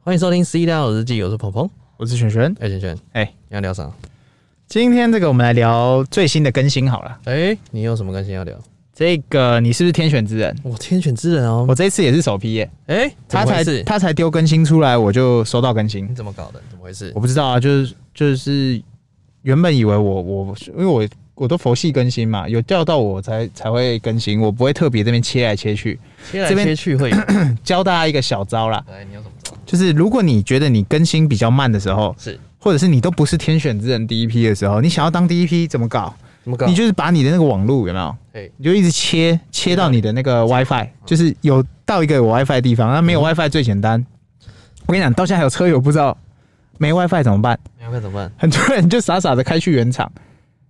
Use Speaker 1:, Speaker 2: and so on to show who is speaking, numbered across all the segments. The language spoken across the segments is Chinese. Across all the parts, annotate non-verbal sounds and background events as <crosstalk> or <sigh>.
Speaker 1: 欢迎收听《C 大佬日记》，我是鹏鹏，
Speaker 2: 我是璇璇。
Speaker 1: 哎，轩轩，
Speaker 2: 哎
Speaker 1: 你要聊啥？
Speaker 2: 今天这个我们来聊最新的更新好了。
Speaker 1: 哎、你有什么更新要聊？
Speaker 2: 这个你是不是天选之人？
Speaker 1: 我天选之人哦
Speaker 2: 我，这次也是首批耶，
Speaker 1: 哎、怎
Speaker 2: 他
Speaker 1: 么
Speaker 2: 才
Speaker 1: 回事？
Speaker 2: 他才丢更新出来，我就收到更
Speaker 1: 你
Speaker 2: 新。
Speaker 1: 怎么搞的？怎么回事
Speaker 2: 我？不知道啊，就是就是原本以为我我因为我我都佛系更新嘛，有调到我才才会更新，我不会特别这边切来切去。
Speaker 1: 切来
Speaker 2: 这边
Speaker 1: 切去会
Speaker 2: <clears throat>
Speaker 1: 有，
Speaker 2: 教大家一个小招啦，
Speaker 1: 来，你有什么招？
Speaker 2: 就是如果你觉得你更新比较慢的时候，
Speaker 1: 是
Speaker 2: 或者是你都不是天选之人第一批的时候，你想要当第一批怎么搞？
Speaker 1: 怎么搞？
Speaker 2: 你就是把你的那个网路有没有？
Speaker 1: 哎
Speaker 2: 你就一直切切到你的那个 WiFi，就是有到一个有 WiFi 的地方，那没有 WiFi 最简单。我跟你讲，到现在还有车友不知道没 WiFi 怎么办，
Speaker 1: 你要看怎么办？
Speaker 2: 很多人就傻傻的开去原厂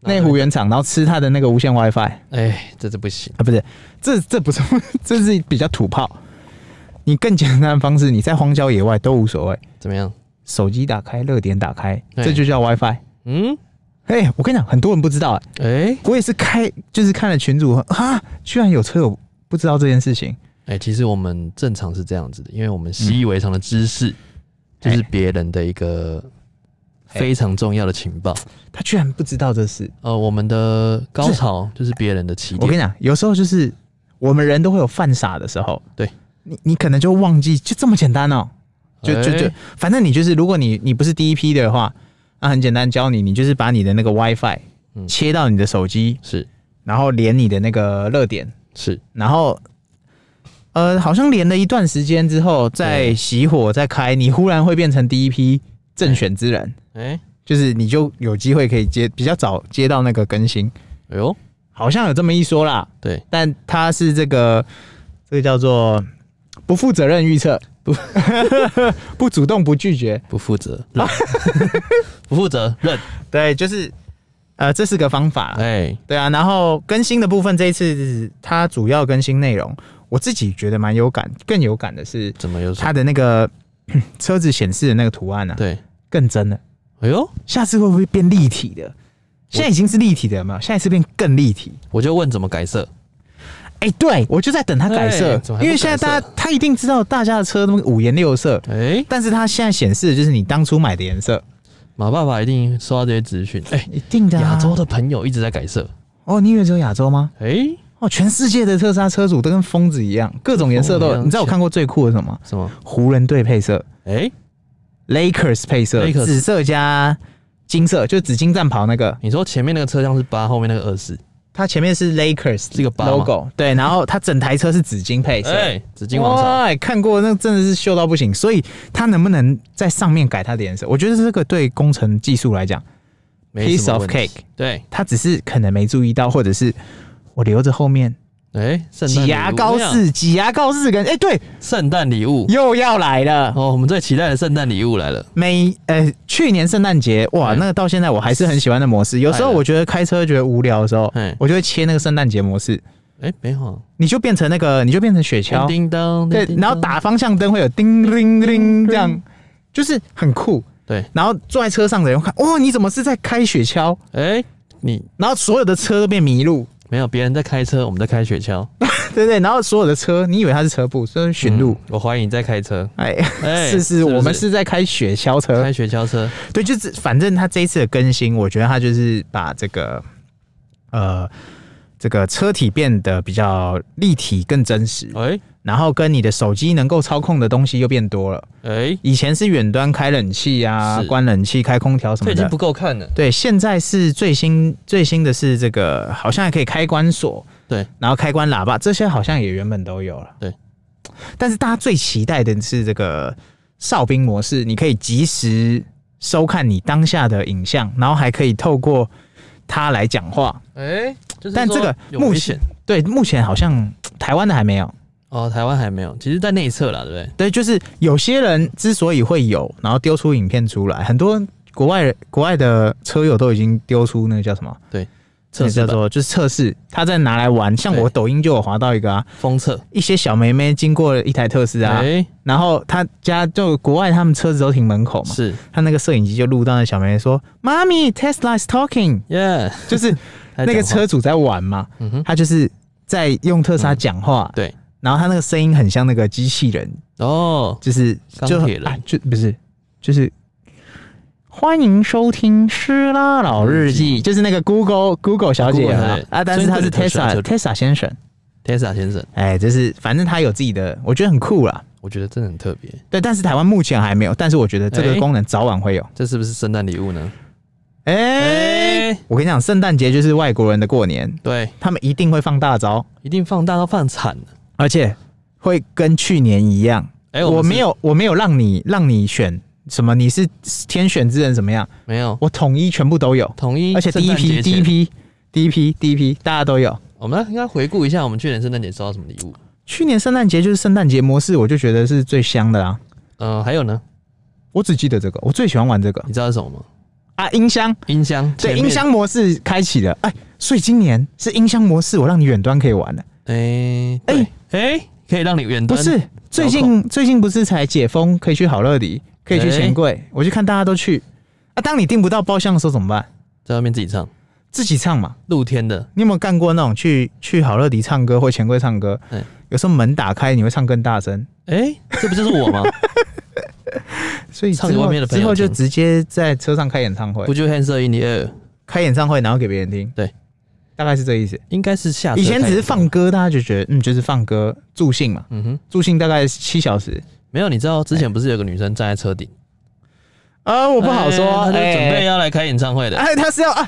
Speaker 1: 然后
Speaker 2: 内湖原厂，然后吃他的那个无线 WiFi 啊，
Speaker 1: 哎、这是不行，
Speaker 2: 不是，这这不是， <laughs> 这是比较土炮。你更简单的方式，你在荒郊野外都无所谓，
Speaker 1: 怎么样？
Speaker 2: 手机打开，热点打开，
Speaker 1: 哎
Speaker 2: 这就叫 WiFi。
Speaker 1: 嗯，
Speaker 2: 哎、我跟你讲，很多人不知道、哎
Speaker 1: 哎、
Speaker 2: 我也是开，就是看了群主啊，居然有车友不知道这件事情。
Speaker 1: 哎、其实我们正常是这样子的，因为我们习以为常的知识，
Speaker 2: 嗯
Speaker 1: 就是别人的一个
Speaker 2: 哎
Speaker 1: 非常重要的情报。
Speaker 2: 他居然不知道这事。
Speaker 1: 呃，我们的高潮就是别人的起
Speaker 2: 我跟
Speaker 1: 点。
Speaker 2: 你讲，有时候就是我们人都会有犯傻的时候，
Speaker 1: 对
Speaker 2: 你，你可能就忘记，就这么简单哦、就就就
Speaker 1: 哎，
Speaker 2: 反正你就是，如果你你不是第一批的话，那很简单，教你，你就是把你的那个 WiFi
Speaker 1: 嗯
Speaker 2: 切到你的手机，
Speaker 1: 是
Speaker 2: 然后连你的那个热点，
Speaker 1: 是，
Speaker 2: 然后。呃，好像连了一段时间之后，再
Speaker 1: 对
Speaker 2: 熄火再开，你忽然会变成第一批正选之人，
Speaker 1: 哎、
Speaker 2: 就是你就有机会可以接比较早接到那个更新，
Speaker 1: 哎呦，
Speaker 2: 好像有这么一说啦。
Speaker 1: 对，
Speaker 2: 但它是这个这个叫做不负责任预测，不 <laughs> 不主动不拒绝，
Speaker 1: 不负责，认 <laughs> 不负责任，
Speaker 2: 对，就是呃，这是个方法啦，
Speaker 1: 哎，
Speaker 2: 对啊。然后更新的部分，这一次它主要更新内容，我自己觉得蛮有感，更有感的是
Speaker 1: 怎么又是
Speaker 2: 它的那个 <coughs> 车子显示的那个图案啊，
Speaker 1: 对？
Speaker 2: 更真了。
Speaker 1: 哎呦，
Speaker 2: 下次会不会变立体的？现在已经是立体的，有没有？下一次变更立体。
Speaker 1: 我就问怎么改色，
Speaker 2: 哎、对，我就在等它改
Speaker 1: 对
Speaker 2: 色
Speaker 1: 怎么，还不
Speaker 2: 因为现在
Speaker 1: 改色
Speaker 2: 大家他一定知道大家的车都五颜六色，
Speaker 1: 哎，
Speaker 2: 但是它现在显示的就是你当初买的颜色，
Speaker 1: 马爸爸一定收到这些资讯，哎，
Speaker 2: 一定的、啊。
Speaker 1: 亚洲的朋友一直在改色，
Speaker 2: 哦，你以为只有亚洲吗？
Speaker 1: 哎，
Speaker 2: 哦，全世界的特斯拉车主都跟疯子一样，各种颜色
Speaker 1: 疯
Speaker 2: 都
Speaker 1: 子一
Speaker 2: 有。
Speaker 1: 样
Speaker 2: 你知道我看过最酷的是什么？
Speaker 1: 什么？
Speaker 2: 湖人队配色
Speaker 1: 哎，
Speaker 2: ，Lakers 配色
Speaker 1: Lakers
Speaker 2: 紫色加金色，就紫金战袍那个。
Speaker 1: 你说前面那个车厢是八，后面那个二四，
Speaker 2: 它前面是 Lakers
Speaker 1: 这个八吗
Speaker 2: logo，对，然后它整台车是紫金配色。
Speaker 1: 哎，紫金王朝，
Speaker 2: 哇，看过那真的是秀到不行，所以它能不能在上面改它的颜色？我觉得这个对工程技术来讲，
Speaker 1: 没什么
Speaker 2: Piece of
Speaker 1: 问题
Speaker 2: cake
Speaker 1: 对，
Speaker 2: 它只是可能没注意到，或者是我留着后面
Speaker 1: 哎，圣诞
Speaker 2: 挤牙
Speaker 1: 礼物啊
Speaker 2: 膏，
Speaker 1: 我跟你
Speaker 2: 式，挤牙膏式跟哎、对，
Speaker 1: 讲圣诞礼物。
Speaker 2: 又要来了。
Speaker 1: 哦，我们最期待的圣诞礼物来了，
Speaker 2: 每呃去年圣诞节哇，
Speaker 1: 哎
Speaker 2: 那个到现在我还是很喜欢的模式。有时候
Speaker 1: 哎
Speaker 2: 我觉得开车觉得无聊的时候
Speaker 1: 哎，
Speaker 2: 我就会切那个圣诞节模式，
Speaker 1: 哎，没有啊，
Speaker 2: 你就变成那个，你就变成雪橇，
Speaker 1: 叮当，
Speaker 2: 对
Speaker 1: 叮，
Speaker 2: 然后
Speaker 1: 当，
Speaker 2: 打方向灯会有叮铃铃这样，就是很酷。
Speaker 1: 对，
Speaker 2: 然后坐在车上的人看，哦，你怎么是在开雪橇？
Speaker 1: 哎，你
Speaker 2: 然后所有的车都变迷路， <laughs>
Speaker 1: 没有，别人在开车，我们在开雪橇，
Speaker 2: 对不对？然后所有的车，你以为它是车步，所以是
Speaker 1: 嗯
Speaker 2: 寻路。
Speaker 1: 我怀疑你在开车，
Speaker 2: 哎，
Speaker 1: 哎
Speaker 2: <laughs> 是
Speaker 1: 是
Speaker 2: 是，
Speaker 1: 不是
Speaker 2: 我们是在开雪橇车。
Speaker 1: 开雪橇车，
Speaker 2: 对，就是反正它这一次的更新，我觉得它就是把这个呃这个车体变得比较立体、更真实，
Speaker 1: 哎
Speaker 2: 然后跟你的手机能够操控的东西又变多了。
Speaker 1: 哎，
Speaker 2: 以前是远端开冷气啊
Speaker 1: 是，
Speaker 2: 关冷气、开空调什
Speaker 1: 这
Speaker 2: 么
Speaker 1: 已经
Speaker 2: 的
Speaker 1: 不。够看了。
Speaker 2: 对，现在是最新最新的是这个，好像还可以开关锁，
Speaker 1: 对，
Speaker 2: 然后开关喇叭，这些好像也原本都有了。
Speaker 1: 对，
Speaker 2: 但是大家最期待的是这个哨兵模式，你可以及时收看你当下的影像，然后还可以透过它来讲话。
Speaker 1: 哎、就是
Speaker 2: 但这个
Speaker 1: 说有
Speaker 2: 目
Speaker 1: 危
Speaker 2: 前
Speaker 1: 险
Speaker 2: 对，目前好像台湾的还没有。
Speaker 1: 哦，台湾还没有，其实在内测啦，对不对？
Speaker 2: 对，就是有些人之所以会有，然后丢出影片出来，很多国外人国外的车友都已经丢出那个叫什么？
Speaker 1: 测试
Speaker 2: 哎叫
Speaker 1: 版
Speaker 2: 做就是测试，他在拿来玩。像我
Speaker 1: 对
Speaker 2: 抖音就有滑到一个啊，
Speaker 1: 封测，
Speaker 2: 一些小妹妹经过了一台特斯拉，
Speaker 1: 哎
Speaker 2: 然后他家就国外他们车子都停门口嘛，
Speaker 1: 是
Speaker 2: 他那个摄影机就录到那小妹妹说：“妈咪，Tesla is talking。 <laughs>
Speaker 1: 耶，”
Speaker 2: 就是那个车主在玩嘛，
Speaker 1: 嗯哼，
Speaker 2: 他就是在用特斯拉讲话，
Speaker 1: 对，
Speaker 2: 然后他那个声音很像那个机器人，
Speaker 1: 哦，
Speaker 2: 就是
Speaker 1: 钢
Speaker 2: 就
Speaker 1: 铁人
Speaker 2: 啊就不是就是。欢迎收听《施拉老日记》，就是那个 Google Google 小姐
Speaker 1: 嗯 Google
Speaker 2: 啊
Speaker 1: 小姐
Speaker 2: 啊，但是他是
Speaker 1: 所以你
Speaker 2: Tesla
Speaker 1: 很喜欢
Speaker 2: Tesla 先生，
Speaker 1: Tesla 先生，
Speaker 2: 哎，就是反正他有自己的，我觉得很酷啦。
Speaker 1: 我觉得真的很特别，
Speaker 2: 对，但是台湾目前还没有，但是我觉得这个
Speaker 1: 哎
Speaker 2: 功能早晚会有。
Speaker 1: 这是不是圣诞礼物呢？
Speaker 2: 哎、
Speaker 1: 哎
Speaker 2: 我跟你讲，圣诞节就是外国人的过年，
Speaker 1: 对，
Speaker 2: 他们一定会放大招，
Speaker 1: 一定放大到放惨了。
Speaker 2: 而且会跟去年一样。
Speaker 1: 哎，
Speaker 2: 我
Speaker 1: 们是
Speaker 2: 没有，我没有让你让你选什么，你是天选之人怎么样？
Speaker 1: 没有
Speaker 2: 我统一全部都有，
Speaker 1: 统一，
Speaker 2: 而且第一批，第一，批，第一批，第一批，大家都有。
Speaker 1: 我们应该回顾一下我们去年圣诞节收到什么礼物。
Speaker 2: 去年圣诞节就是圣诞节模式，我就觉得是最香的啦。
Speaker 1: 呃，还有呢，
Speaker 2: 我只记得这个，我最喜欢玩这个
Speaker 1: 你知道是什么吗？
Speaker 2: 啊，音箱。
Speaker 1: 音箱，
Speaker 2: 对，
Speaker 1: 前面
Speaker 2: 音，箱模式开启了，哎，所以今年是音箱模式，我让你远端可以玩了。
Speaker 1: 哎，
Speaker 2: 哎
Speaker 1: 哎哎，可以让你远
Speaker 2: 不
Speaker 1: 端，
Speaker 2: 是，最近最近不是才解封，可以去好乐迪，可以去钱柜，我去看大家都去。啊，当你订不到包厢的时候怎么办？
Speaker 1: 在外面自己唱，
Speaker 2: 自己唱嘛。
Speaker 1: 露天的，
Speaker 2: 你有没有干过那种去去好乐迪唱歌或钱柜唱歌？
Speaker 1: 嗯
Speaker 2: 有时候门打开你会唱更大声，
Speaker 1: 哎，这不就是我
Speaker 2: <laughs>
Speaker 1: 吗？
Speaker 2: 所以之
Speaker 1: 唱给
Speaker 2: 后
Speaker 1: 外面的朋
Speaker 2: 之
Speaker 1: 友
Speaker 2: 后就
Speaker 1: 听
Speaker 2: 直接在车上开演唱会
Speaker 1: 不，就 Hands in the air，
Speaker 2: 开演唱会然后给别人听。
Speaker 1: 对，啊
Speaker 2: 大概是这意思。
Speaker 1: 应该是下车
Speaker 2: 以前只
Speaker 1: 开
Speaker 2: 是
Speaker 1: 始
Speaker 2: 放歌，大家就觉得嗯，就是放歌助兴嘛，
Speaker 1: 嗯哼，
Speaker 2: 助兴大概七小时。
Speaker 1: 没有，你知道之前不是有个女生站在车顶，
Speaker 2: 啊，我不好说，
Speaker 1: 哎她就
Speaker 2: 哎
Speaker 1: 准备要来开演唱会的，
Speaker 2: 哎，他是要啊，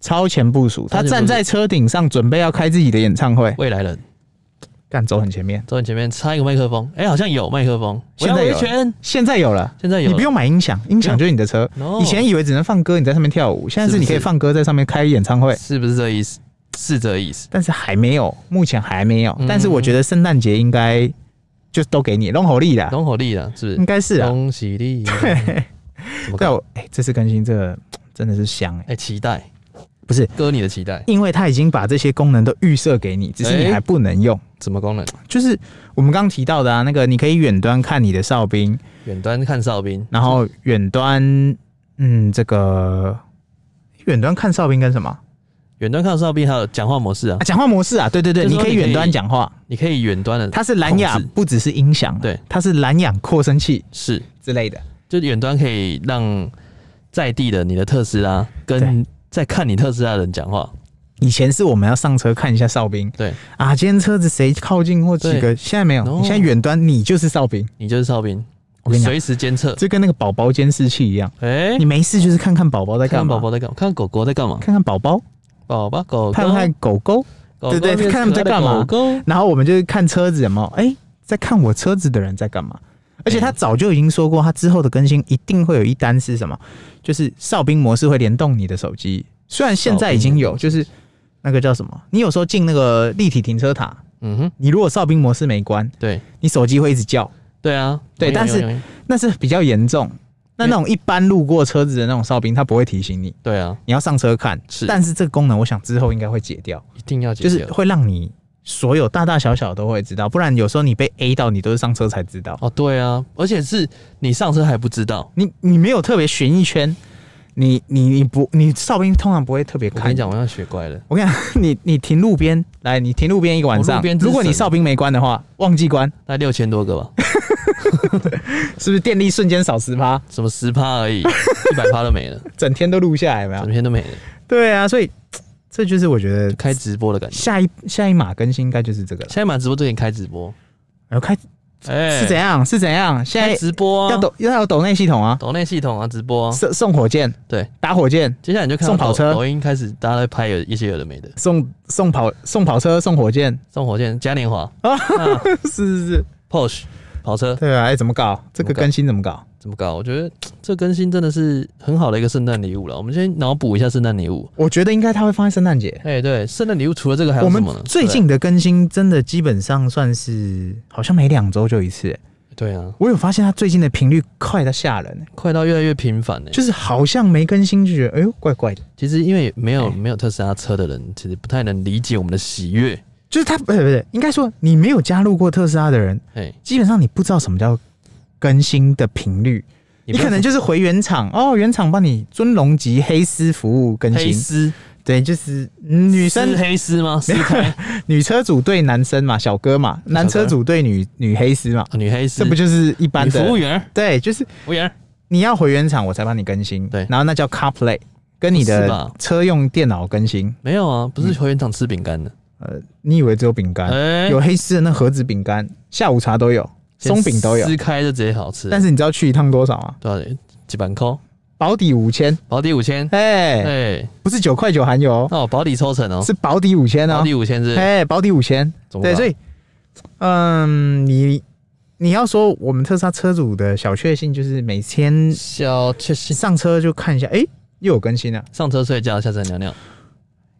Speaker 2: 超前部署，
Speaker 1: 超
Speaker 2: 他
Speaker 1: 前部署
Speaker 2: 站在车顶上准备要开自己的演唱会，
Speaker 1: 未来人
Speaker 2: 干走很前面，
Speaker 1: 走你前面插一个麦克风，哎，好像有麦克风，我
Speaker 2: 现
Speaker 1: 要
Speaker 2: 在有
Speaker 1: 维权，
Speaker 2: 现在有了。
Speaker 1: 现在有，
Speaker 2: 你不，用买音响，音响就是你的车。
Speaker 1: No
Speaker 2: 以前以为只能放歌，你在上面跳舞，现在
Speaker 1: 是
Speaker 2: 是
Speaker 1: 不
Speaker 2: 你可以
Speaker 1: 是
Speaker 2: 放歌在上面开演唱会，
Speaker 1: 是不是这意思？是这意思，
Speaker 2: 但是还没有，目前还没有。
Speaker 1: 嗯
Speaker 2: 但是我觉得圣诞节应该就都给你龙吼力啦，
Speaker 1: 龙火力了，是不
Speaker 2: 应
Speaker 1: 是？
Speaker 2: 该啊是啊。
Speaker 1: 恭喜
Speaker 2: <laughs>
Speaker 1: 你，
Speaker 2: 对，
Speaker 1: 怎么
Speaker 2: 对
Speaker 1: 搞？
Speaker 2: 我哎，这次更新这个真的是香哎，
Speaker 1: 哎，期待
Speaker 2: 不是，
Speaker 1: 哥你的期待，
Speaker 2: 因为它已经把这些功能都预设给你，只是你
Speaker 1: 哎
Speaker 2: 还不能用。
Speaker 1: 什么功能？
Speaker 2: 就是我们刚刚提到的啊，那个你可以远端看你的哨兵，
Speaker 1: 远端看哨兵，
Speaker 2: 然后远端，嗯，这个远端看哨兵跟什么啊？
Speaker 1: 远端看哨兵还有讲话模式啊，
Speaker 2: 讲话模式啊，对对对，
Speaker 1: 就是
Speaker 2: 你
Speaker 1: 说
Speaker 2: 可以
Speaker 1: 你可以
Speaker 2: 远端讲话。
Speaker 1: 你可以远端的，
Speaker 2: 它是蓝牙
Speaker 1: 控制，
Speaker 2: 不只是音响啊，
Speaker 1: 对
Speaker 2: 它是蓝牙扩声器
Speaker 1: 是，
Speaker 2: 之类的。
Speaker 1: 就远端可以让在地的你的特斯拉跟在看你特斯拉的人讲话，
Speaker 2: 以前是我们要上车看一下哨兵
Speaker 1: 对
Speaker 2: 啊，今天车子谁靠近或几个，
Speaker 1: 对
Speaker 2: 现在没有，
Speaker 1: No
Speaker 2: 你现在远端你就是哨兵，
Speaker 1: 你就是哨兵，
Speaker 2: 我跟你讲
Speaker 1: 随时监测。
Speaker 2: 就跟那个宝宝监视器一样，
Speaker 1: 哎、
Speaker 2: 你没事就是看看宝宝在
Speaker 1: 看
Speaker 2: 干
Speaker 1: 看
Speaker 2: 嘛，
Speaker 1: 宝宝在干嘛？看看狗狗在干嘛？
Speaker 2: 看看宝宝，
Speaker 1: 宝宝狗狗，
Speaker 2: 看看狗狗，
Speaker 1: 狗狗
Speaker 2: 对对
Speaker 1: 变
Speaker 2: 看他们在干嘛
Speaker 1: 狗狗
Speaker 2: 然后我们就是看车子有没有，哎、在看我车子的人在干嘛？而
Speaker 1: 哎
Speaker 2: 且他早就已经说过，他之后的更新一定会有一单是什么？就是哨兵模式会联动你的手机。虽然现在已经有，
Speaker 1: 哨兵
Speaker 2: 就是那个叫什么？你有时候进那个立体停车塔，
Speaker 1: 嗯哼，
Speaker 2: 你如果哨兵模式没关，
Speaker 1: 对
Speaker 2: 你手机会一直叫，
Speaker 1: 对啊，
Speaker 2: 对
Speaker 1: 有
Speaker 2: 但是
Speaker 1: 有有有
Speaker 2: 那是比较严重。那那种一般路过车子的那种哨兵，他不会提醒你，
Speaker 1: 对啊，
Speaker 2: 你要上车看。
Speaker 1: 是
Speaker 2: 但是这个功能我想之后应该会解掉。
Speaker 1: 一定要解
Speaker 2: 就
Speaker 1: 决。
Speaker 2: 是会让你所有大大小小都会知道，不然有时候你被 A 到，你都是上车才知道。
Speaker 1: 哦，对啊，而且是你上车还不知道。
Speaker 2: 你你没有特别巡一圈，你你你不你哨兵通常不会特别
Speaker 1: 我跟
Speaker 2: 看
Speaker 1: 你。讲，我要学乖了。
Speaker 2: 我跟你讲， <laughs> 你你停路边来，你停路边一个晚
Speaker 1: 哦
Speaker 2: 上
Speaker 1: 路边，之神
Speaker 2: 如果你哨兵没关的话，忘记关，
Speaker 1: 大概六千多个吧，
Speaker 2: 是不是电力瞬间少十趴，
Speaker 1: 什么十趴
Speaker 2: <laughs>
Speaker 1: 而已，一百趴都没了，
Speaker 2: 整天都录下来有没有
Speaker 1: 整？天都没了，
Speaker 2: 对啊，所以嘖这就是我觉得
Speaker 1: 开直播的感觉。
Speaker 2: 下一下一码更新应该就是这个了。
Speaker 1: 现在买直播就点开直播，
Speaker 2: 然后开
Speaker 1: 哎、
Speaker 2: 是怎样是怎样，现
Speaker 1: 开
Speaker 2: 在
Speaker 1: 直播啊，
Speaker 2: 要抖要有抖内系统啊，
Speaker 1: 抖内系统啊，直播啊，
Speaker 2: 送送火箭
Speaker 1: 对，
Speaker 2: 打火箭，
Speaker 1: 接下来你就看到
Speaker 2: 送跑
Speaker 1: 抖
Speaker 2: 车
Speaker 1: 抖音开始大家在拍有一些有的没的，
Speaker 2: 送送跑送跑车送火箭， <laughs>
Speaker 1: 送火箭、嘉年华、
Speaker 2: 哦
Speaker 1: 啊
Speaker 2: 是是是，
Speaker 1: Porsche 跑车
Speaker 2: 对啊，哎、怎么搞？这个
Speaker 1: 怎么搞
Speaker 2: 更新怎么搞？
Speaker 1: 怎么搞？我觉得嘖这更新真的是很好的一个圣诞礼物了。我们先脑补一下圣诞礼物。
Speaker 2: 我觉得应该它会放在圣诞节。
Speaker 1: 哎、对，圣诞礼物除了这个还
Speaker 2: 我
Speaker 1: 有什
Speaker 2: 们
Speaker 1: 么呢？
Speaker 2: 最近的更新真的基本上算是好像每两周就一次、哎
Speaker 1: 对对啊，
Speaker 2: 我有发现它最近的频率快到吓人、哎
Speaker 1: 快到越来越频繁呢。
Speaker 2: 就是好像没更新就觉得哎呦怪怪的，
Speaker 1: 其实因为没有
Speaker 2: 哎
Speaker 1: 没有特斯拉车的人，其实不太能理解我们的喜悦。
Speaker 2: 就是它不对不对，应该说你没有加入过特斯拉的人，
Speaker 1: 哎、
Speaker 2: 基本上你不知道什么叫更新的频率。你
Speaker 1: 不要
Speaker 2: 可能就是回原厂哦，原厂帮你尊龙级黑丝服务更
Speaker 1: 黑
Speaker 2: 新，
Speaker 1: 丝，
Speaker 2: 对，就是嗯女生
Speaker 1: 撕黑丝吗？撕开、啊、
Speaker 2: 女车主对男生嘛，小哥嘛，男车主对女女黑丝嘛，
Speaker 1: 啊女黑丝，
Speaker 2: 这不就是一般
Speaker 1: 女服务
Speaker 2: 的？嗯
Speaker 1: 员儿？
Speaker 2: 对，就是
Speaker 1: 服务员儿
Speaker 2: 你要回原厂我才帮你更新，
Speaker 1: 对
Speaker 2: 然后那叫 CarPlay，跟你
Speaker 1: 是
Speaker 2: 的
Speaker 1: 吧
Speaker 2: 车用电脑更新。
Speaker 1: 没有啊，不是球员厂吃饼干的，
Speaker 2: 呃，你以为只有饼干？
Speaker 1: 哎
Speaker 2: 有黑丝的那盒子饼干，下午茶都有，
Speaker 1: 先
Speaker 2: 松饼都有。
Speaker 1: 撕开就直接好吃。
Speaker 2: 但是你知道去一趟多少吗？
Speaker 1: 多少钱？几板扣？
Speaker 2: 保底五千，
Speaker 1: 保底五千。
Speaker 2: 哎、
Speaker 1: 哎，
Speaker 2: 不是九块九含油哦，
Speaker 1: 那我保底抽成哦，
Speaker 2: 是保底五千哦
Speaker 1: 保，底五千是
Speaker 2: 哎、保底五千，
Speaker 1: 怎么
Speaker 2: 对，
Speaker 1: 搞
Speaker 2: 所以，嗯，你你要说我们特斯拉车主的小确幸，就是每天
Speaker 1: 小确幸。
Speaker 2: 上车就看一下，哎、又有更新了，
Speaker 1: 上车睡觉，下车尿尿。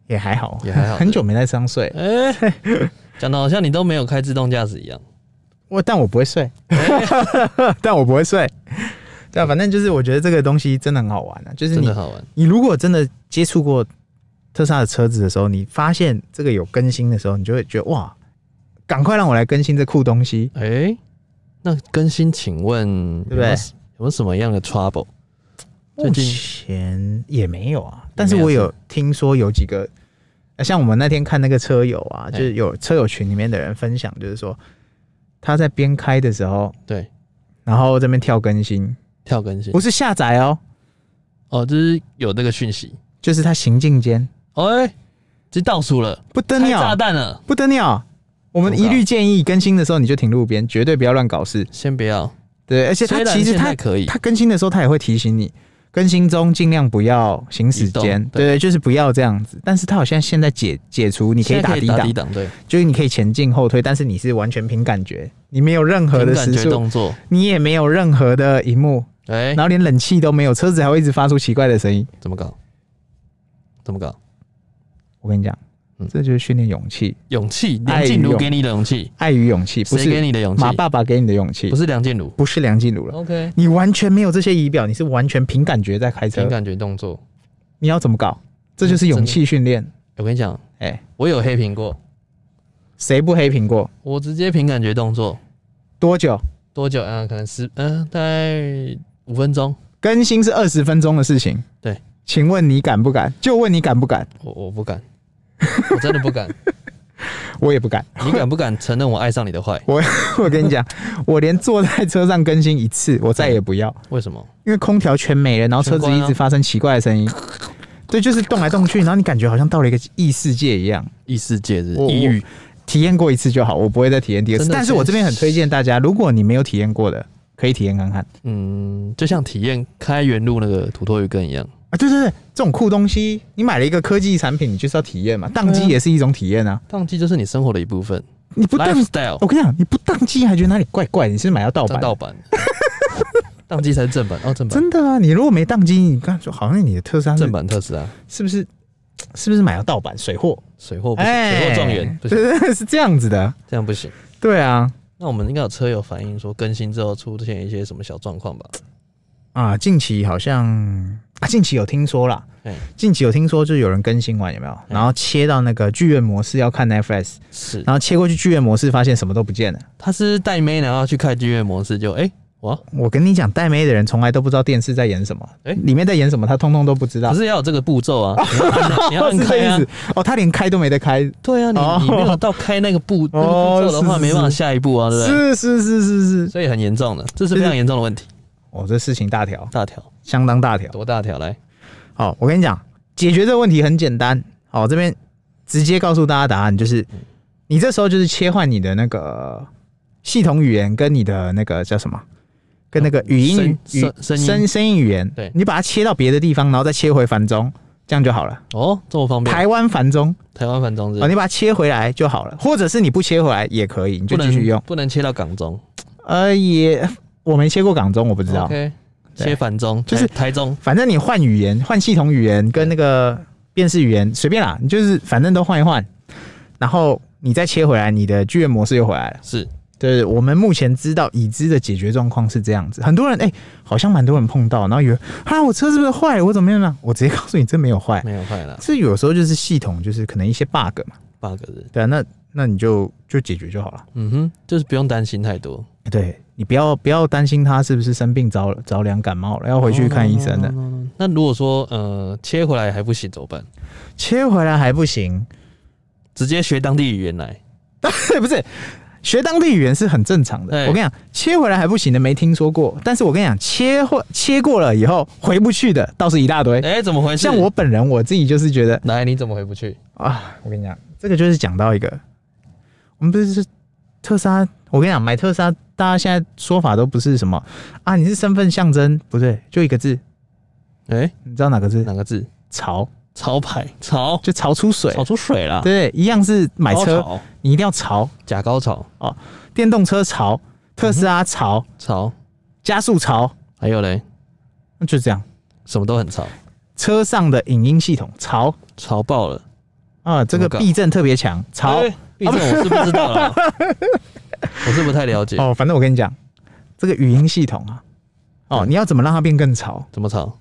Speaker 2: 也还好，
Speaker 1: 也还好
Speaker 2: 很久没在车上睡， <laughs>
Speaker 1: 哎、讲的好像你都没有开自动驾驶一样。
Speaker 2: 我但我不会睡，
Speaker 1: 哎
Speaker 2: <laughs> 但我不会睡，对啊，反正就是我觉得这个东西真的很好玩啊，就是
Speaker 1: 真
Speaker 2: 你
Speaker 1: 的好玩。
Speaker 2: 你如果真的接触过特斯拉的车子的时候，你发现这个有更新的时候，你就会觉得哇，赶快让我来更新这酷东西。
Speaker 1: 哎、那更新，请问
Speaker 2: 对不对
Speaker 1: 有没有有没有什么样的 trouble？最
Speaker 2: 目
Speaker 1: 近
Speaker 2: 前也没有啊，但是我有听说有几个，呃像我们那天看那个车友啊，
Speaker 1: 哎
Speaker 2: 就是有车友群里面的人分享，就是说他在边开的时候，
Speaker 1: 对，
Speaker 2: 然后这边跳更新，
Speaker 1: 跳更新
Speaker 2: 不是下载哦，
Speaker 1: 哦，就是有那个讯息。
Speaker 2: 就是他行进间
Speaker 1: 哎、这倒数了，
Speaker 2: 不得
Speaker 1: 开炸
Speaker 2: 了，
Speaker 1: 弹了，
Speaker 2: 不得了。我们一律建议更新的时候你就停路边，绝对不要乱搞事。
Speaker 1: 先不要。
Speaker 2: 对，而且
Speaker 1: 虽
Speaker 2: 它
Speaker 1: 然
Speaker 2: 其实
Speaker 1: 现
Speaker 2: 它
Speaker 1: 在可以，
Speaker 2: 它更新的时候，它也会提醒你，更新中尽量不要行驶
Speaker 1: 移动
Speaker 2: 间，
Speaker 1: 对
Speaker 2: 对，就是不要这样子。但是它好像现在解解除，你可
Speaker 1: 现
Speaker 2: 以
Speaker 1: 在
Speaker 2: 打
Speaker 1: 可以
Speaker 2: 低
Speaker 1: 打
Speaker 2: 档
Speaker 1: 低，档，对，
Speaker 2: 就是你可以前进后退，但是你是完全凭感觉，你没有任何
Speaker 1: 凭
Speaker 2: 的
Speaker 1: 感
Speaker 2: 时
Speaker 1: 觉
Speaker 2: 速，
Speaker 1: 动作。
Speaker 2: 你也没有任何的荧幕，
Speaker 1: 哎、
Speaker 2: 然后连冷气都没有，车子还会一直发出奇怪的声音。
Speaker 1: 怎么搞？怎么搞？
Speaker 2: 我跟你讲
Speaker 1: 嗯，
Speaker 2: 这就是训练勇气，
Speaker 1: 勇气，梁
Speaker 2: 爱与
Speaker 1: 静茹
Speaker 2: 勇
Speaker 1: 给你的勇气，
Speaker 2: 爱与勇气，不
Speaker 1: 谁给
Speaker 2: 是
Speaker 1: 你的勇气？
Speaker 2: 马爸爸给你的勇气，
Speaker 1: 不是梁静茹。
Speaker 2: 不是梁静茹了。
Speaker 1: OK，
Speaker 2: 你完全没有这些仪表，你是完全凭感觉在开
Speaker 1: 凭
Speaker 2: 车，
Speaker 1: 感觉动作。
Speaker 2: 你要怎么搞？这就是
Speaker 1: 嗯
Speaker 2: 勇
Speaker 1: 真的
Speaker 2: 气训练。
Speaker 1: 我跟你讲，
Speaker 2: 哎、
Speaker 1: 我有黑屏过，
Speaker 2: 谁不黑苹果？
Speaker 1: 我直接凭感觉动作
Speaker 2: 多久？
Speaker 1: 多久啊？可能十嗯、大概五分钟。
Speaker 2: 更新是二十分钟的事情。
Speaker 1: 对，
Speaker 2: 请问你敢不敢？就问你敢不敢？
Speaker 1: 我我不敢，我真的不敢。
Speaker 2: 我也不敢。
Speaker 1: 你敢不敢承认我爱上你的坏？
Speaker 2: <laughs> 我跟你讲，我连坐在车上更新一次，我再也不要，
Speaker 1: 为什么？
Speaker 2: 因为空调全没了，然后车子
Speaker 1: 全关
Speaker 2: 一
Speaker 1: 啊
Speaker 2: 直发生奇怪的声音。对，就是动来动去，然后你感觉好像到了一个异世界一样。
Speaker 1: 异世界是
Speaker 2: 我
Speaker 1: 抑郁，
Speaker 2: 体验过一次就好，我不会再体验第二次。
Speaker 1: 真的
Speaker 2: 但是我这边很推荐大家，如果你没有体验过的，可以体验看看
Speaker 1: 嗯，就像体验开元路那个土托鱼羹一样，
Speaker 2: 啊！对对对，这种酷东西，你买了一个科技产品，你就是要体验嘛。宕
Speaker 1: 对
Speaker 2: 机
Speaker 1: 啊
Speaker 2: 也是一种体验啊，
Speaker 1: 宕机就是你生活的一部分。
Speaker 2: 你不哦宕
Speaker 1: lifestyle
Speaker 2: 我跟你讲，你不宕机还觉得哪里怪怪，你是买到盗
Speaker 1: 这
Speaker 2: 版？
Speaker 1: 盗版， <laughs> 宕机才是正版哦，正版
Speaker 2: 真的啊！你如果没宕机，你刚说好像你的特斯拉是
Speaker 1: 正版特斯拉，
Speaker 2: 是不是是不是买到盗版水货？
Speaker 1: 水货不行，
Speaker 2: 哎
Speaker 1: 水货状元不行，
Speaker 2: 对对， <laughs> 是这样子的。
Speaker 1: 这样不行。
Speaker 2: 对啊，
Speaker 1: 那我们应该有车友反映说，更新之后出现一些什么小状况吧？
Speaker 2: 啊，近期好像啊，近期有听说啦
Speaker 1: 哎，
Speaker 2: 近期有听说就是有人更新完有没有？然后切到那个剧院模式要看 Netflix，
Speaker 1: 是，
Speaker 2: 然后切过去剧院模式发现什么都不见了。
Speaker 1: 他是带妹然后去看剧院模式就，哎哇，
Speaker 2: 我跟你讲，带妹的人从来都不知道电视在演什么，
Speaker 1: 哎
Speaker 2: 里面在演什么他通通都不知道
Speaker 1: 可。是要有这个步骤
Speaker 2: <laughs>
Speaker 1: 啊，你要按啊你要按
Speaker 2: 是这
Speaker 1: 开
Speaker 2: 意
Speaker 1: 啊
Speaker 2: 思，哦，他连开都没得开，
Speaker 1: 对啊，
Speaker 2: 哦
Speaker 1: 你你没有到开那个步那
Speaker 2: 哦
Speaker 1: 个步骤的话，
Speaker 2: 是是
Speaker 1: 没办法
Speaker 2: 是
Speaker 1: 下一步啊，对不对？
Speaker 2: 是是是是是，
Speaker 1: 所以很严重的，这是非常严重的问题，
Speaker 2: 哦，这事情大条，
Speaker 1: 大条
Speaker 2: 相当大条。
Speaker 1: 多大条来？
Speaker 2: 好，我跟你讲，解决这个问题很简单。好，这边直接告诉大家答案，就是你这时候就是切换你的那个系统语言跟你的那个叫什么，跟那个语音语
Speaker 1: 声声声音
Speaker 2: 声声音语言，
Speaker 1: 对
Speaker 2: 你把它切到别的地方，然后再切回繁中，这样就好了。
Speaker 1: 哦，这么方便，
Speaker 2: 台湾繁中，
Speaker 1: 台湾繁中日
Speaker 2: 哦，你把它切回来就好了，或者是你不切回来也可以，你
Speaker 1: 不
Speaker 2: 就继
Speaker 1: 能
Speaker 2: 续用。
Speaker 1: 不能切到港中，哦
Speaker 2: 呃，也我没切过港中，我不知道。
Speaker 1: OK，
Speaker 2: 对
Speaker 1: 切繁中
Speaker 2: 就是
Speaker 1: 台台中，
Speaker 2: 反正你换语言、换系统语言跟那个辨识语言随便啦，你就是反正都换一换，然后你再切回来，你的剧院模式又回来了。
Speaker 1: 是
Speaker 2: 对，我们目前知道已知的解决状况是这样子，很多人哎、好像蛮多人碰到，然后以为啊，我车是不是坏了？我怎么样呢？我直接告诉你，这没有坏，
Speaker 1: 没有坏了
Speaker 2: 这有时候就是系统，就是可能一些 bug 嘛。
Speaker 1: ，bug 日，
Speaker 2: 对啊，那那你就就解决就好了。
Speaker 1: 嗯哼，就是不用担心太多，
Speaker 2: 对你不要不要担心他是不是生病着了着凉感冒了，要回去看医生的。
Speaker 1: No, no, no, no, no. 那如果说呃切回来还不行怎么办？
Speaker 2: 切回来还不行，
Speaker 1: 直接学当地语言来，
Speaker 2: 不是学当地语言是很正常的。
Speaker 1: 对
Speaker 2: 我跟你讲，切回来还不行的没听说过，但是我跟你讲，切或切过了以后回不去的倒是一大堆。
Speaker 1: 哎、怎么回事？
Speaker 2: 像我本人我自己就是觉得
Speaker 1: 来，你怎么回不去？
Speaker 2: 啊，我跟你讲，这个就是讲到一个，我们不是特斯拉，我跟你讲，买特斯拉，大家现在说法都不是什么啊，你是身份象征，不对，就一个字，
Speaker 1: 哎、
Speaker 2: 你知道哪个字？
Speaker 1: 哪个字？
Speaker 2: 潮，
Speaker 1: 潮牌，潮，
Speaker 2: 就潮出水。
Speaker 1: 潮出水啦。
Speaker 2: 对，一样是买
Speaker 1: 高
Speaker 2: 车，
Speaker 1: 潮，
Speaker 2: 你一定要潮，
Speaker 1: 假高潮，
Speaker 2: 电动车潮，特斯拉潮，
Speaker 1: 潮，
Speaker 2: 加速潮，
Speaker 1: 还有嘞，
Speaker 2: 就这样。
Speaker 1: 什么都很潮，
Speaker 2: 车上的影音系统潮
Speaker 1: 潮爆了。
Speaker 2: 啊，这个
Speaker 1: 怎么搞
Speaker 2: 避震特别强，潮
Speaker 1: 哎毕竟我是不知道啊啦， <laughs> 我是不太了解，
Speaker 2: 哦。反正我跟你讲，这个语音系统啊，哦，
Speaker 1: 嗯
Speaker 2: 你要怎么让它变更潮？
Speaker 1: 怎么潮？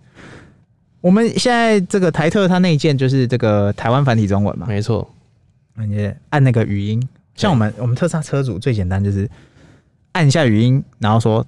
Speaker 2: 我们现在这个台特它那一件就是这个台湾繁体中文嘛，
Speaker 1: 没错，嗯
Speaker 2: 你按那个语音，像我们我们特斯拉车主最简单就是按一下语音，然后说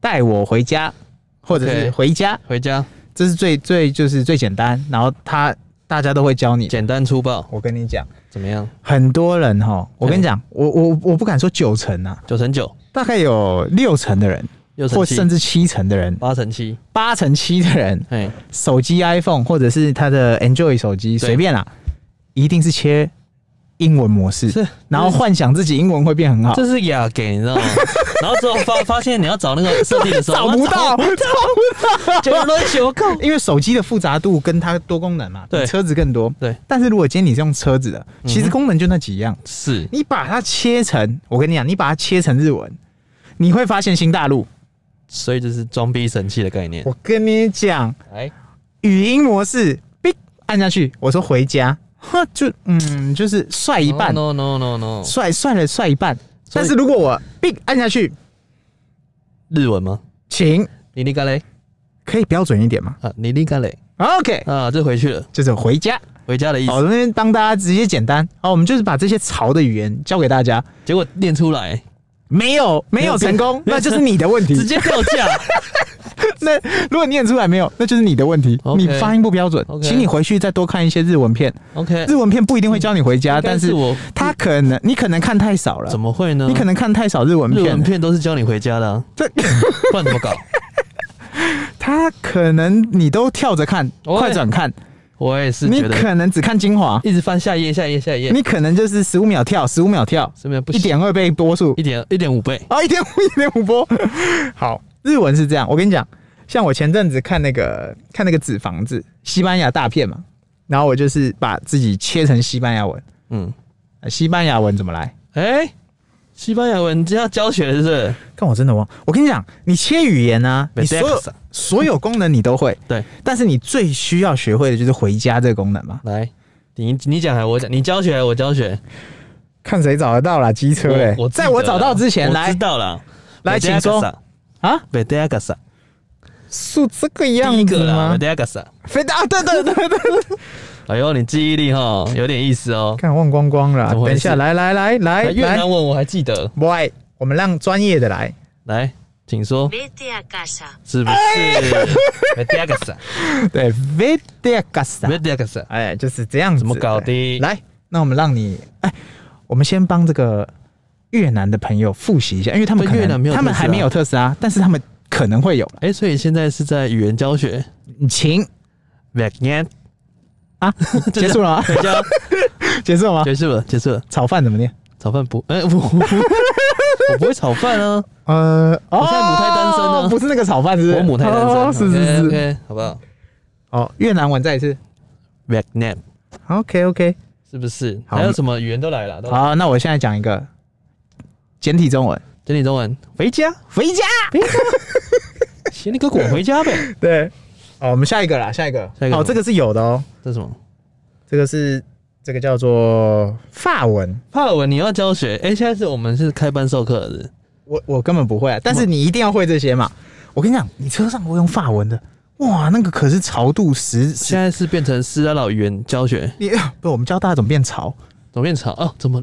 Speaker 2: 带我回家，或者是
Speaker 1: OK
Speaker 2: 回家，
Speaker 1: 回家
Speaker 2: 这是最最就是最简单，然后他大家都会教你。
Speaker 1: 简单粗暴，
Speaker 2: 我跟你讲，
Speaker 1: 怎么样？
Speaker 2: 很多人哈，我跟
Speaker 1: 嗯
Speaker 2: 你讲，我我我不敢说九成啊，
Speaker 1: 九乘九，
Speaker 2: 大概有六成的人，
Speaker 1: 六乘
Speaker 2: 或
Speaker 1: 七，
Speaker 2: 甚至七成的人，
Speaker 1: 八乘七，
Speaker 2: 八成七的人
Speaker 1: 哎，
Speaker 2: 手机 iPhone 或者是他的 Enjoy 手机
Speaker 1: 对
Speaker 2: 随便啦，一定是切英文模式，
Speaker 1: 是，
Speaker 2: 然后幻想自己英文会变很好，
Speaker 1: 这是雅给，你知道吗？然后之后发发现你要找那个设定的时候，
Speaker 2: <laughs> <laughs> 找不到，
Speaker 1: 哇，结果都求靠。
Speaker 2: 因为手机的复杂度跟它多功能嘛，
Speaker 1: 对
Speaker 2: 比车子更多。
Speaker 1: 对，嗯
Speaker 2: 但是如果今天你是用车子的，其实功能就那几样，
Speaker 1: 是
Speaker 2: 你把它切成，我跟你讲，你把它切成日文，你会发现新大陆。
Speaker 1: 所以就是装逼神器的概念。
Speaker 2: 我跟你讲，
Speaker 1: 哎，
Speaker 2: 语音模式，哔按下去，我说回家，呵，就嗯，就是帅一半，
Speaker 1: No no no 哦 no，
Speaker 2: 帅帅了帅一半。
Speaker 1: 所以
Speaker 2: 但是如果我哔按下去，
Speaker 1: 日文吗？
Speaker 2: 请
Speaker 1: 你理解嘞
Speaker 2: 可以标准一点吗
Speaker 1: 啊，你理解嘞
Speaker 2: ？OK，
Speaker 1: 啊，就回去了，
Speaker 2: 就是回家。
Speaker 1: 回家的意
Speaker 2: 好，
Speaker 1: 思。
Speaker 2: 那边帮大家直接简单。好，我们就是把这些潮的语言教给大家。
Speaker 1: 结果练出来，
Speaker 2: 没有，没有成功，那就是你的问 <laughs>
Speaker 1: 直
Speaker 2: 题。
Speaker 1: 接掉价。
Speaker 2: 那如果念出来没有，那就是你的问题。
Speaker 1: OK
Speaker 2: 你发音不标准，
Speaker 1: OK
Speaker 2: 请你回去再多看一些日文片。
Speaker 1: OK，
Speaker 2: 日文片不一定会教你回家，
Speaker 1: 应该
Speaker 2: 但是
Speaker 1: 我
Speaker 2: 他可能你可能看太少了
Speaker 1: 怎，么会呢？
Speaker 2: 你可能看太少日文
Speaker 1: 日
Speaker 2: 片
Speaker 1: 文
Speaker 2: 了，
Speaker 1: 片都是教你回家的啊，
Speaker 2: 这
Speaker 1: <laughs> 不然怎么搞？
Speaker 2: 他可能你都跳着看，
Speaker 1: 喂
Speaker 2: 快转看，
Speaker 1: 我也是
Speaker 2: 你
Speaker 1: 哦觉得
Speaker 2: 可能只看
Speaker 1: <laughs>
Speaker 2: 精华，
Speaker 1: 一直翻下一页、下一页、下一页，
Speaker 2: 你可能就是十五秒跳，十五秒跳，
Speaker 1: 是不是不
Speaker 2: 一
Speaker 1: 行？
Speaker 2: 点二倍多数，
Speaker 1: 一点一点五倍，
Speaker 2: 啊，一点五一点五波。 <laughs> 好，日文是这样，我跟你讲，像我前阵子看那个看那个纸房子，西班牙大片嘛，然后我就是把自己切成西班牙文，
Speaker 1: 嗯，
Speaker 2: 呃西班牙文怎么来？
Speaker 1: 哎、西班牙文这样教学是不是？
Speaker 2: 看我真的忘，我跟你讲，你切语言啊，你所有
Speaker 1: Medex
Speaker 2: 所有功能你都会，
Speaker 1: 对，
Speaker 2: 但是你最需要学会的就是回家这个功能嘛。
Speaker 1: 来，你你讲还是我讲？你教学还是我教学？
Speaker 2: 看谁找得到啦，机车嘞！
Speaker 1: 我我记得
Speaker 2: 在我找到之前
Speaker 1: 我
Speaker 2: 来
Speaker 1: 知道了。
Speaker 2: 来请说啊，
Speaker 1: 贝德亚嘎萨，
Speaker 2: 是这个
Speaker 1: 第一
Speaker 2: 样
Speaker 1: 个
Speaker 2: 子
Speaker 1: 啦，
Speaker 2: 吗
Speaker 1: 贝？德亚嘎萨。
Speaker 2: 飞啊， <laughs> 对对对对对，
Speaker 1: 哎呦，你记忆力哈有点意思哦。
Speaker 2: 看忘光光了。
Speaker 1: 怎么回
Speaker 2: 等
Speaker 1: 事
Speaker 2: 一下，来来来来
Speaker 1: 来越
Speaker 2: 哎来
Speaker 1: 南，文我还记得，
Speaker 2: Boy，我们让专业的来。
Speaker 1: 来，请说
Speaker 3: Vete a casa.
Speaker 1: 是不
Speaker 2: 哎
Speaker 1: 是？贝德亚嘎萨，
Speaker 2: 对 v e d e g a s
Speaker 1: 贝德亚嘎萨，
Speaker 2: 哎，就是这样子。
Speaker 1: 怎么搞的
Speaker 2: 对来，那我们让你，哎，我们先帮这个越南的朋友复习一下，因为他们可能
Speaker 1: 对越南没有
Speaker 2: 他们
Speaker 1: 特斯拉
Speaker 2: 还没有特斯拉，但是他们可能会有了。
Speaker 1: 哎，所以现在是在语言教学。
Speaker 2: 请
Speaker 1: 贝德亚，
Speaker 2: <laughs> 啊，结束
Speaker 1: <laughs>
Speaker 2: 了吗？
Speaker 1: 回家
Speaker 2: 结束了吗？
Speaker 1: 结束了，结束了。
Speaker 2: 炒饭怎么念？
Speaker 1: 炒饭不，哎，我 <laughs> 我不会炒饭啊，
Speaker 2: 呃，哦，
Speaker 1: 我现在母胎单身啊
Speaker 2: <laughs> 不是那个炒饭，是不是
Speaker 1: 我母胎单
Speaker 2: 哦
Speaker 1: 身。
Speaker 2: 是是是。
Speaker 1: OK，好不好
Speaker 2: 哦，越南文再一次。
Speaker 1: ？Vietnam。b a c k n a m
Speaker 2: OK OK，
Speaker 1: 是不是？
Speaker 2: 好
Speaker 1: 还有什么语言都来了？都来
Speaker 2: 好，那我现在讲一个简体中文，
Speaker 1: 简体中文，回家，
Speaker 2: 回家。
Speaker 1: 行，你给我滚回家呗。
Speaker 2: 对，哦，我们下一个啦，下一个，
Speaker 1: 下一个
Speaker 2: 哦，这个是有的哦，
Speaker 1: 这是什么？
Speaker 2: 这个是这个叫做法文，
Speaker 1: 帕尔文，你要教学？哎、现在是我们是开班授课的日，
Speaker 2: 我我根本不会啊，但是你一定要会这些嘛。我跟你讲，你车上我用法文的，哇，那个可是潮度十十
Speaker 1: 现，在是啊变成斯拉老语言教学，
Speaker 2: 你不，我们教大家怎么变潮
Speaker 1: 怎么变潮？哦，怎么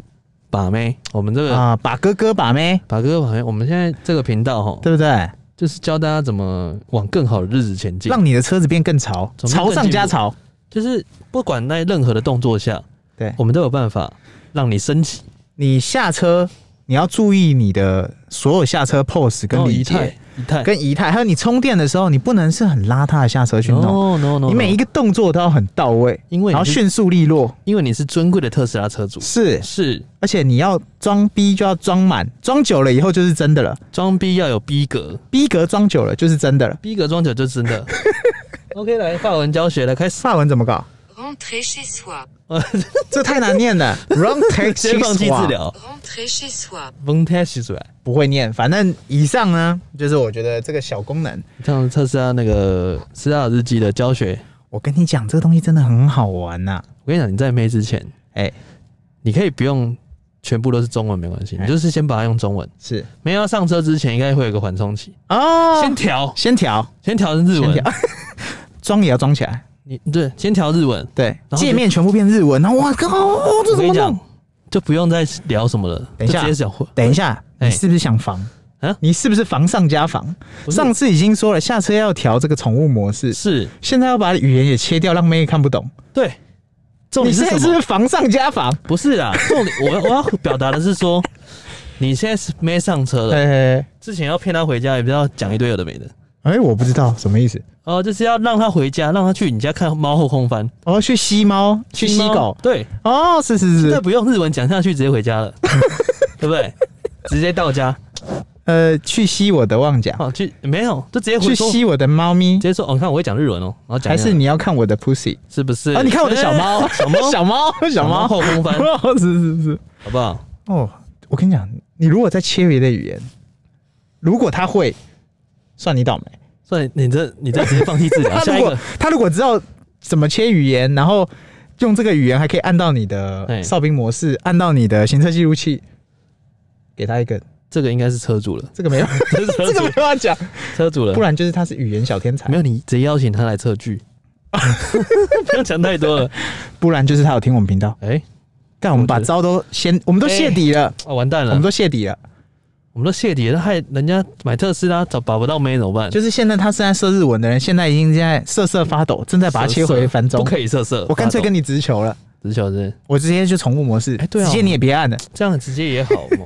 Speaker 1: 把妹？我们这个、
Speaker 2: 啊，把哥哥把妹，
Speaker 1: 把哥哥把妹，我们现在这个频道哈，
Speaker 2: 对不对？
Speaker 1: 就是教大家怎么往更好的日子前进，
Speaker 2: 让你的车子变更潮，
Speaker 1: 怎么变
Speaker 2: 潮
Speaker 1: 更
Speaker 2: 上加
Speaker 1: 进步
Speaker 2: 潮。
Speaker 1: 就是不管在任何的动作下，
Speaker 2: 对
Speaker 1: 我们都有办法让你升级，
Speaker 2: 你下车你要注意你的所有下车 pose
Speaker 1: 然
Speaker 2: 跟
Speaker 1: 后
Speaker 2: 礼
Speaker 1: 仪
Speaker 2: 节
Speaker 1: 哦态、仪态。
Speaker 2: 跟仪态，还有你充电的时候，你不能是很邋遢的下车去弄，
Speaker 1: no no no，
Speaker 2: 你每一
Speaker 1: 个，
Speaker 2: 个动作都要很到位，
Speaker 1: 因为
Speaker 2: 然后
Speaker 1: 你是
Speaker 2: 迅速利落。
Speaker 1: 因为你是尊贵的特斯拉车主，
Speaker 2: 是，
Speaker 1: 是
Speaker 2: 而且你要装逼就要装满，装久了以后就是真的了。
Speaker 1: 装逼要有逼格，
Speaker 2: 逼格装久了就是真的了。
Speaker 1: 逼格装久就真 <laughs> 的。OK，来法文教学来 <laughs> 开始，
Speaker 2: 法文怎么搞？ <laughs>
Speaker 3: Rentrer chez soi.
Speaker 2: 这太难念了。Wrong take，
Speaker 1: 先放弃治，疗
Speaker 3: Rentrer chez soi.
Speaker 1: v o n t a s 出来。
Speaker 2: 不会念。反正以上呢，就是我觉得这个小功能。
Speaker 1: 像特斯拉那个《斯拉尔日记》的教学，
Speaker 2: 我跟你讲，这个东西真的很好玩呐、
Speaker 1: 我跟你讲，你在妹之前，
Speaker 2: 哎
Speaker 1: 你可以不用全部都是中文没关系，
Speaker 2: 哎
Speaker 1: 你就是先把它用中文。
Speaker 2: 是
Speaker 1: 没有要上车之前，应该会有个缓冲期，
Speaker 2: 哦，
Speaker 1: 先调，
Speaker 2: 先调，
Speaker 1: 先调成日
Speaker 2: 先
Speaker 1: 文
Speaker 2: 调。， <laughs> 装也要装起来。
Speaker 1: 你对，先调日文。
Speaker 2: 对，
Speaker 1: 然后就
Speaker 2: 界面全部变日文，然后哇靠，哦这
Speaker 1: 我跟
Speaker 2: 怎么
Speaker 1: 你
Speaker 2: 弄
Speaker 1: 讲？，就不用再聊什么了，
Speaker 2: 等一下
Speaker 1: 就直接讲会。
Speaker 2: 等一下，
Speaker 1: 哎
Speaker 2: 你是不是想防？
Speaker 1: 啊
Speaker 2: 你是不是防上加防？
Speaker 1: 不是
Speaker 2: 上次已经说了，下车要调这个宠物模式，
Speaker 1: 是
Speaker 2: 现在要把语言也切掉，让妹看不懂。
Speaker 1: 对，重
Speaker 2: 你
Speaker 1: 点
Speaker 2: 现
Speaker 1: 是
Speaker 2: 在
Speaker 1: 什
Speaker 2: 是不
Speaker 1: 么？
Speaker 2: 是防上加防？
Speaker 1: 不是啦，重点我我要表达的是说， <laughs> 你现在是没上车了，
Speaker 2: 哎
Speaker 1: 之前要骗他回家，也不要讲一堆有的没的。
Speaker 2: 哎，我不知道什么意思。
Speaker 1: 哦，就是要让他回家，让他去你家看猫后空翻，
Speaker 2: 哦，去吸猫，去吸
Speaker 1: 猫
Speaker 2: 狗。
Speaker 1: 对，
Speaker 2: 哦，是是
Speaker 1: 这
Speaker 2: 是，
Speaker 1: 不用日文讲下去，直接回家了，对不对？直接到家，
Speaker 2: 呃，去吸我的旺角，
Speaker 1: 好去没有，就直接回
Speaker 2: 去
Speaker 1: 哦说，直
Speaker 2: 吸我的猫咪，
Speaker 1: 接说，哦，你看我会讲日文哦，然后讲
Speaker 2: 还
Speaker 1: 一下
Speaker 2: 是你要看我的 pussy？
Speaker 1: 是不是？
Speaker 2: 啊，你看我的小猫，
Speaker 1: 哎小猫，
Speaker 2: 小猫，小猫。
Speaker 1: 后空
Speaker 2: <laughs>
Speaker 1: 翻，
Speaker 2: 哦，是是是。
Speaker 1: 好不好？
Speaker 2: 哦，我跟你讲，你如果在切别的语言，如果他会，算你倒霉。
Speaker 1: 算你你这你这直接放弃
Speaker 2: <laughs>
Speaker 1: 治疗，
Speaker 2: 他
Speaker 1: 下
Speaker 2: 如
Speaker 1: 一
Speaker 2: 果
Speaker 1: 个
Speaker 2: 他如果知道怎么切语言，然后用这个语言还可以按到你的
Speaker 1: 哎
Speaker 2: 哨兵模式，按到你的行车记录器，给他一个，
Speaker 1: 这个应该是车主了，
Speaker 2: 这个没有，
Speaker 1: 这是车
Speaker 2: <laughs> 这个
Speaker 1: 主
Speaker 2: 没，办法讲，
Speaker 1: 车主了，
Speaker 2: 不然就是他是语言小天才
Speaker 1: 没，有你直接邀请他来测
Speaker 2: <laughs>
Speaker 1: 距，不要讲太多了。
Speaker 2: 不然就是他有听我们频道。
Speaker 1: 哎、
Speaker 2: 但我们哎把
Speaker 1: 我觉得
Speaker 2: 招都先，我们都泄底了，
Speaker 1: 哦，完蛋了，
Speaker 2: 我
Speaker 1: 我
Speaker 2: 们
Speaker 1: 们都
Speaker 2: 都泄底了。
Speaker 1: 我们都谢底了，害人家买特斯拉找把不到妹怎么办？
Speaker 2: 就是现在他现在设日文的人，现在已经在瑟瑟发抖，正在把它切回繁中
Speaker 1: 不。可以色色，
Speaker 2: 我干脆跟你直球了。哦
Speaker 1: 直球是
Speaker 2: 我直接就宠物模式，
Speaker 1: 哎对啊
Speaker 2: 直接你也别按了。
Speaker 1: 这样直接也好
Speaker 2: <laughs>
Speaker 1: 嘛，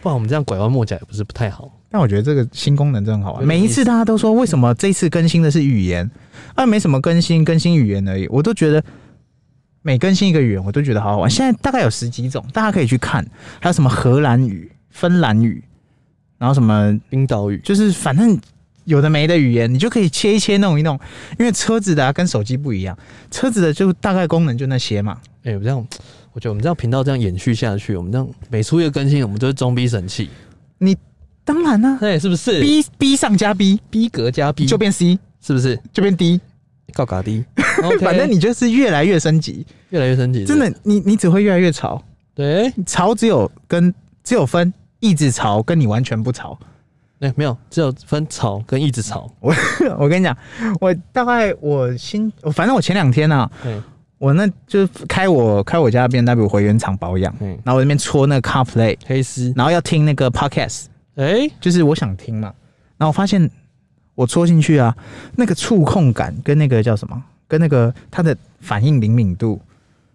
Speaker 1: 不然我们这样拐弯抹角也不是不太好。
Speaker 2: 但我觉得这个新功能真的很好玩。
Speaker 1: 有点
Speaker 2: 每一次
Speaker 1: 意思
Speaker 2: 大家都说为什么这次更新的是语言，啊，没什么更新，更新语言而已。我都觉得每更新一个语言，我都觉得好好玩。现在大概有十几种，大家可以去看，还有什么荷兰语、芬兰语，然后什么
Speaker 1: 冰岛语
Speaker 2: 就是反正有的没的语言，你就可以切一切弄一弄。因为车子的、啊、跟手机不一样，车子的就大概功能就那些嘛。
Speaker 1: 哎、我这样，我觉得我们这样频道这样延续下去，我们这样每出一个更新，我们都是装逼神器，
Speaker 2: 当然啦、
Speaker 1: 哎、是不是？
Speaker 2: b B 上加 B
Speaker 1: 逼格加逼，
Speaker 2: 就变 C
Speaker 1: 是不是？
Speaker 2: 就变 D，
Speaker 1: 告嘎
Speaker 2: <laughs>
Speaker 1: 低，OK，
Speaker 2: 反正你就是越来越升级。
Speaker 1: 越来越升级，
Speaker 2: 真的，你你只会越来越潮，
Speaker 1: 对。
Speaker 2: 潮只有跟只有分一直潮跟你完全不潮。
Speaker 1: 哎、没有，只有分吵跟一直吵。
Speaker 2: <laughs> 我跟你讲，我大概我新，我反正我前两天啊，
Speaker 1: 嗯
Speaker 2: 我那就是开我开我家的 B W 回原厂保养，
Speaker 1: 嗯，
Speaker 2: 然后我那边戳那个 Car Play，
Speaker 1: 黑丝。
Speaker 2: 然后要听那个 Podcast，
Speaker 1: 哎、
Speaker 2: 就是我想听嘛，然后我发现我戳进去啊，那个触控感跟那个叫什么，跟那个它的反应灵敏度，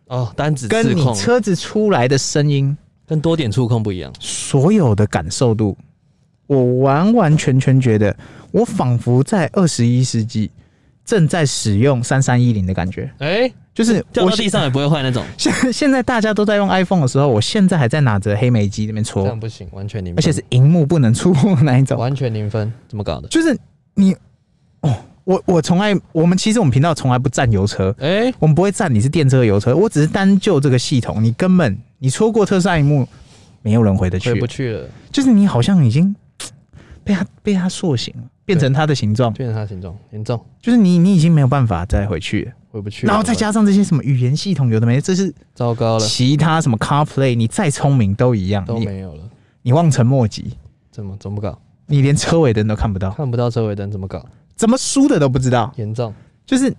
Speaker 1: 哦，单指
Speaker 2: 跟
Speaker 1: 自
Speaker 2: 你
Speaker 1: 控
Speaker 2: 车子出来的声音。
Speaker 1: 跟多点触控不一样。
Speaker 2: 所有的感受度，我完完全全觉得，我仿佛在二十一世纪正在使用三三一零的感觉，
Speaker 1: 哎、
Speaker 2: 就是
Speaker 1: 掉
Speaker 2: 我
Speaker 1: 到地上也不会坏那种，
Speaker 2: <laughs> 现。现现在大家都在用 iPhone 的时候，我现在还在拿着黑莓机那
Speaker 1: <laughs>
Speaker 2: 边
Speaker 1: 这
Speaker 2: 戳，
Speaker 1: 样不行，完全零分，
Speaker 2: 而且是荧幕不能触碰的那一种，
Speaker 1: 完全零分，怎么搞的？
Speaker 2: 就是你哦，我我从来我们其实我们频道从来不占油车，
Speaker 1: 哎、
Speaker 2: 我们不会占你是电车油车，我只是单就这个系统，你根本你戳过特斯拉荧幕，没有人回得去
Speaker 1: 回，不去了，
Speaker 2: 就是你好像已经被他被他塑形了，变成他的形状，
Speaker 1: 变成他形状严重，
Speaker 2: 就是你你已经没有办法再回去了，
Speaker 1: 回不去了。
Speaker 2: 然后再加上这些什么语言系统有的没的，这是
Speaker 1: 糟糕了，
Speaker 2: 其他什么 CarPlay，你再聪明都一样，
Speaker 1: 都
Speaker 2: 你
Speaker 1: 没有了，
Speaker 2: 你望尘莫及，
Speaker 1: 怎么怎么搞？
Speaker 2: 你连车尾灯都看不到，
Speaker 1: 看不到车尾灯怎么搞？
Speaker 2: 怎么输的都不知道，
Speaker 1: 严重，
Speaker 2: 就是。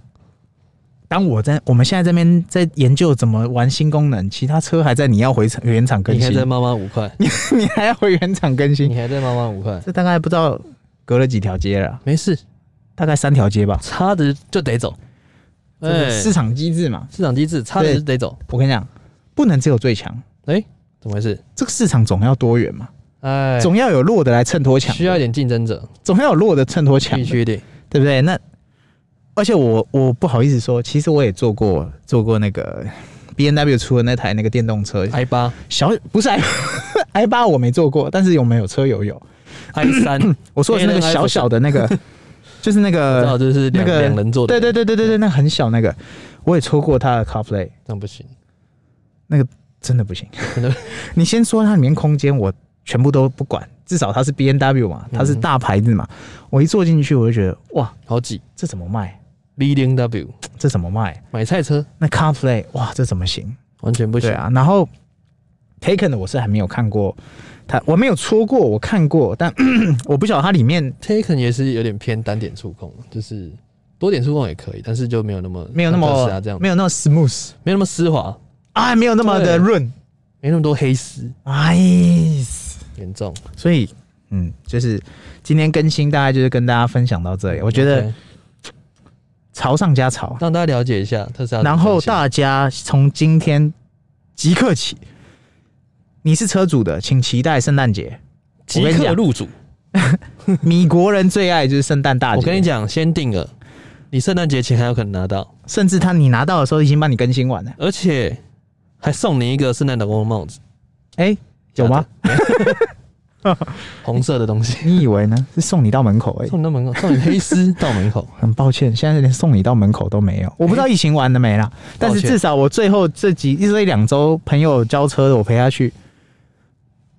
Speaker 2: 当我在我们现在这边在研究怎么玩新功能，其他车还在你要回厂原厂更 <laughs>
Speaker 1: 你还
Speaker 2: 新，
Speaker 1: 在妈妈五块，
Speaker 2: 你还要回原厂更新
Speaker 1: 你，还在妈妈五块，
Speaker 2: 这大概不知道隔了几条街了，
Speaker 1: 没事，
Speaker 2: 大概三条街吧。
Speaker 1: 差的就得走。
Speaker 2: 这个
Speaker 1: 哎，
Speaker 2: 市场机制嘛，
Speaker 1: 市场机制，差的就得走。
Speaker 2: 我跟你讲，不能只有最强，
Speaker 1: 哎，怎么回事？
Speaker 2: 这个市场总要多元嘛，
Speaker 1: 哎，
Speaker 2: 总要有弱的来衬托强的，
Speaker 1: 需要一点竞争者，
Speaker 2: 总要有弱的衬托强
Speaker 1: 必
Speaker 2: 的，
Speaker 1: 须的。
Speaker 2: 对不对？那而且我我不好意思说，其实我也坐过坐过那个 B N W 出的那台那个电动车，
Speaker 1: i
Speaker 2: <laughs>
Speaker 1: 八、
Speaker 2: 小不是 i i 八我没坐过，但是有没有车友有？
Speaker 1: i 三，
Speaker 2: 我说的是那个
Speaker 1: A&F
Speaker 2: 小小的那个，
Speaker 1: <laughs>
Speaker 2: 就是那
Speaker 1: 知道
Speaker 2: 个
Speaker 1: 就是
Speaker 2: 哎
Speaker 1: 两
Speaker 2: 那个
Speaker 1: 两人坐的，
Speaker 2: 对对对对对对，那个很小那个，我也抽过它的 CarPlay，
Speaker 1: 这样不行。
Speaker 2: 真的
Speaker 1: <laughs>
Speaker 2: 不行。
Speaker 1: 真的
Speaker 2: 你先说它里面空间，我全部都不管，至少它是 B N W 嘛，
Speaker 1: 嗯
Speaker 2: 它是大牌子嘛，我一坐进去我就觉得哇，
Speaker 1: 好挤。
Speaker 2: 这怎么卖？
Speaker 1: B 零 W
Speaker 2: 这怎么卖？
Speaker 1: 买菜车
Speaker 2: 那 CarPlay 哇，这怎么行？
Speaker 1: 完全不行
Speaker 2: 对。啊，然后 Taken 的我是还没有看过，它我没有戳过，我看过，但 <coughs> 我不晓得它里面
Speaker 1: Taken 也是有点偏单点触控，就是多点触控也可以，但是就没有那么
Speaker 2: 没有那
Speaker 1: 像
Speaker 2: 么
Speaker 1: 特斯拉这样，
Speaker 2: 没有那么 smooth
Speaker 1: 没有那么丝滑，
Speaker 2: 啊，没有那么的
Speaker 1: 对
Speaker 2: 润，
Speaker 1: 没那么多黑丝，
Speaker 2: 哎，
Speaker 1: 严重。
Speaker 2: 所以嗯，就是今天更新大概就是跟大家分享到这里，我觉得
Speaker 1: OK，
Speaker 2: 潮上加潮，
Speaker 1: 让大家了解一下特斯拉的
Speaker 2: 然
Speaker 1: 方向。
Speaker 2: 后大家从今天即刻起，你是车主的，请期待圣诞 <laughs> 节。
Speaker 1: 即
Speaker 2: 我跟你
Speaker 1: 刻
Speaker 2: 讲
Speaker 1: 入主。
Speaker 2: 米国人最爱就是圣诞大节，
Speaker 1: 我跟你，讲，先定了，你圣诞节前还有可能拿到，
Speaker 2: 甚至他你拿到的时候已经帮你更新完了。
Speaker 1: 而且还送你一个圣诞老公的帽子，
Speaker 2: 哎、有吗？ <laughs>
Speaker 1: 红色的东西，
Speaker 2: 你以为呢？是送你到门口而已。
Speaker 1: 送你到门口，送你黑丝到门口。
Speaker 2: 很抱歉，现在连送你到门口都没有。我不知道疫情完了没啦，但是至少我最后这几这一两周朋友交车的，我陪他去。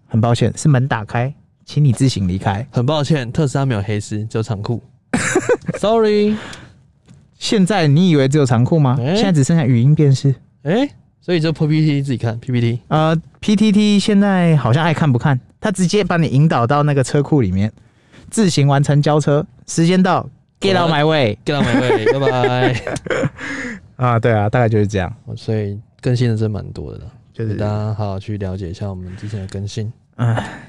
Speaker 2: 很抱歉，是门打开，请你自行离开。
Speaker 1: 很抱歉，特斯拉没有黑丝，只有长裤。Sorry， <laughs>
Speaker 2: 现在你以为只有长裤吗？
Speaker 1: 哎
Speaker 2: 现在只剩下语音辨识。
Speaker 1: 哎、所以就 PPT 自己看 PPT。
Speaker 2: 呃，PTT 现在好像爱看不看，他直接把你引导到那个车库里面，自行完成交车，时间到，Get out my way。
Speaker 1: 各位 <laughs> 美味，拜拜。
Speaker 2: 啊，对啊，大概就是这样。
Speaker 1: 哦所以更新的真蛮多的啦，
Speaker 2: 就是
Speaker 1: 大家好好去了解一下我们之前的更新。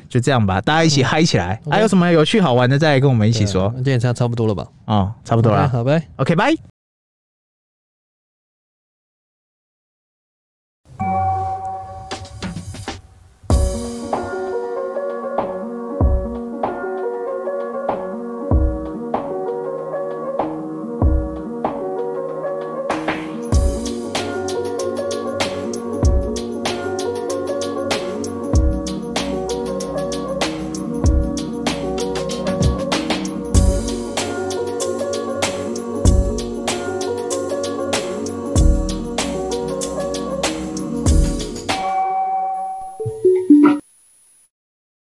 Speaker 2: 就这样吧，大家一起嗨起来！哎
Speaker 1: OK
Speaker 2: 还有什么有趣好玩的，再来跟我们一
Speaker 1: 一
Speaker 2: 起说
Speaker 1: 啊今天也差差不多了吧？
Speaker 2: 哦，差不多
Speaker 1: 了，
Speaker 2: 啦。
Speaker 1: 好，拜。
Speaker 2: OK，拜。